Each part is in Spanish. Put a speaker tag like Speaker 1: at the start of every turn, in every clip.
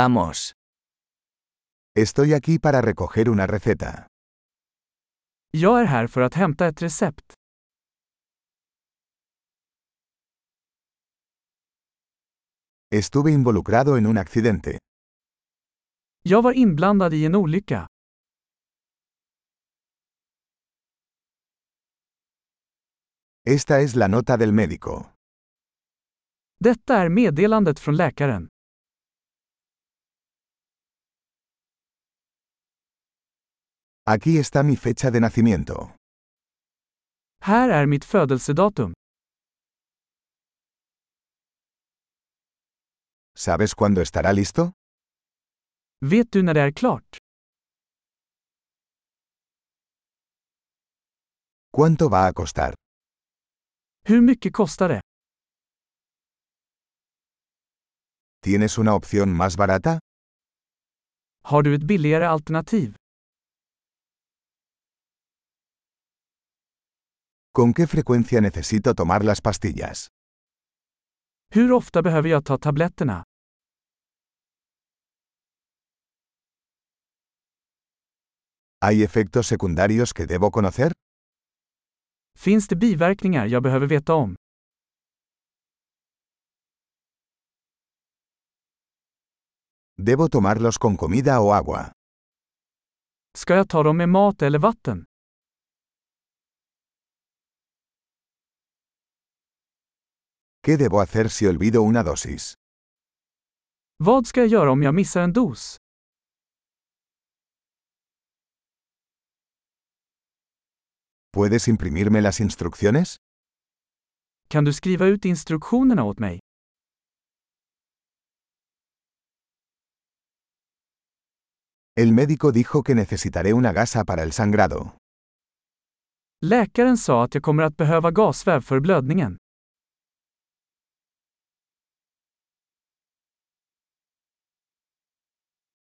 Speaker 1: Vamos.
Speaker 2: Estoy aquí para recoger una receta.
Speaker 3: Jag är här för att hämta ett recept.
Speaker 2: Estuve involucrado en un accidente.
Speaker 3: Jag var inblandad i en olycka.
Speaker 2: Esta es la nota del médico.
Speaker 3: Detta är meddelandet från läkaren.
Speaker 2: Aquí está mi fecha de nacimiento.
Speaker 3: Här är mitt födelsedatum.
Speaker 2: ¿Sabes cuándo estará listo?
Speaker 3: Vet du när det är klart?
Speaker 2: ¿Cuánto va a costar?
Speaker 3: Hur mycket kostar det?
Speaker 2: ¿Tienes una opción más barata?
Speaker 3: Har du ett billigare alternativ?
Speaker 2: ¿Con qué frecuencia necesito tomar las pastillas?
Speaker 3: Hur ofta behöver jag ta tabletterna?
Speaker 2: ¿Hay efectos secundarios que debo conocer?
Speaker 3: Finns det biverkningar jag behöver veta om?
Speaker 2: ¿Debo tomarlos con comida o agua?
Speaker 3: Ska jag ta dem med mat eller vatten?
Speaker 2: ¿Qué debo hacer si olvido una dosis?
Speaker 3: Vad ska jag göra om jag missar en dos?
Speaker 2: ¿Puedes imprimirme las instrucciones?
Speaker 3: Kan du skriva ut instruktionerna åt mig?
Speaker 2: El médico dijo que necesitaré una gasa para el sangrado.
Speaker 3: Läkaren sa att jag kommer att behöva gasväv för blödningen.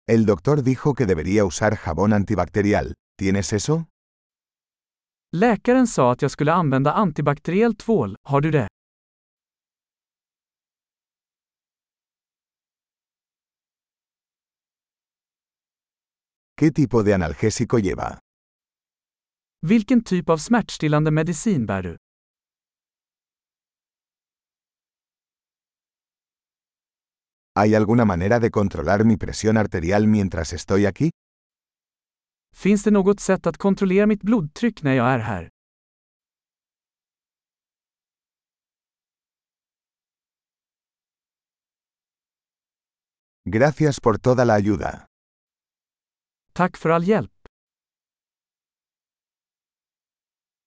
Speaker 2: El doctor dijo que debería usar jabón antibacterial. ¿Tienes eso?
Speaker 3: Läkaren sa att jag skulle använda antibakteriell tvål, har du det?
Speaker 2: ¿Qué tipo de analgésico lleva?
Speaker 3: Vilken typ av smärtstillande medicin bär du?
Speaker 2: ¿Hay alguna manera de controlar mi presión arterial mientras estoy aquí?
Speaker 3: Finns det något sätt att kontrollera mitt blodtryck när jag är här?
Speaker 2: Gracias por toda la ayuda.
Speaker 3: Tack för all hjälp.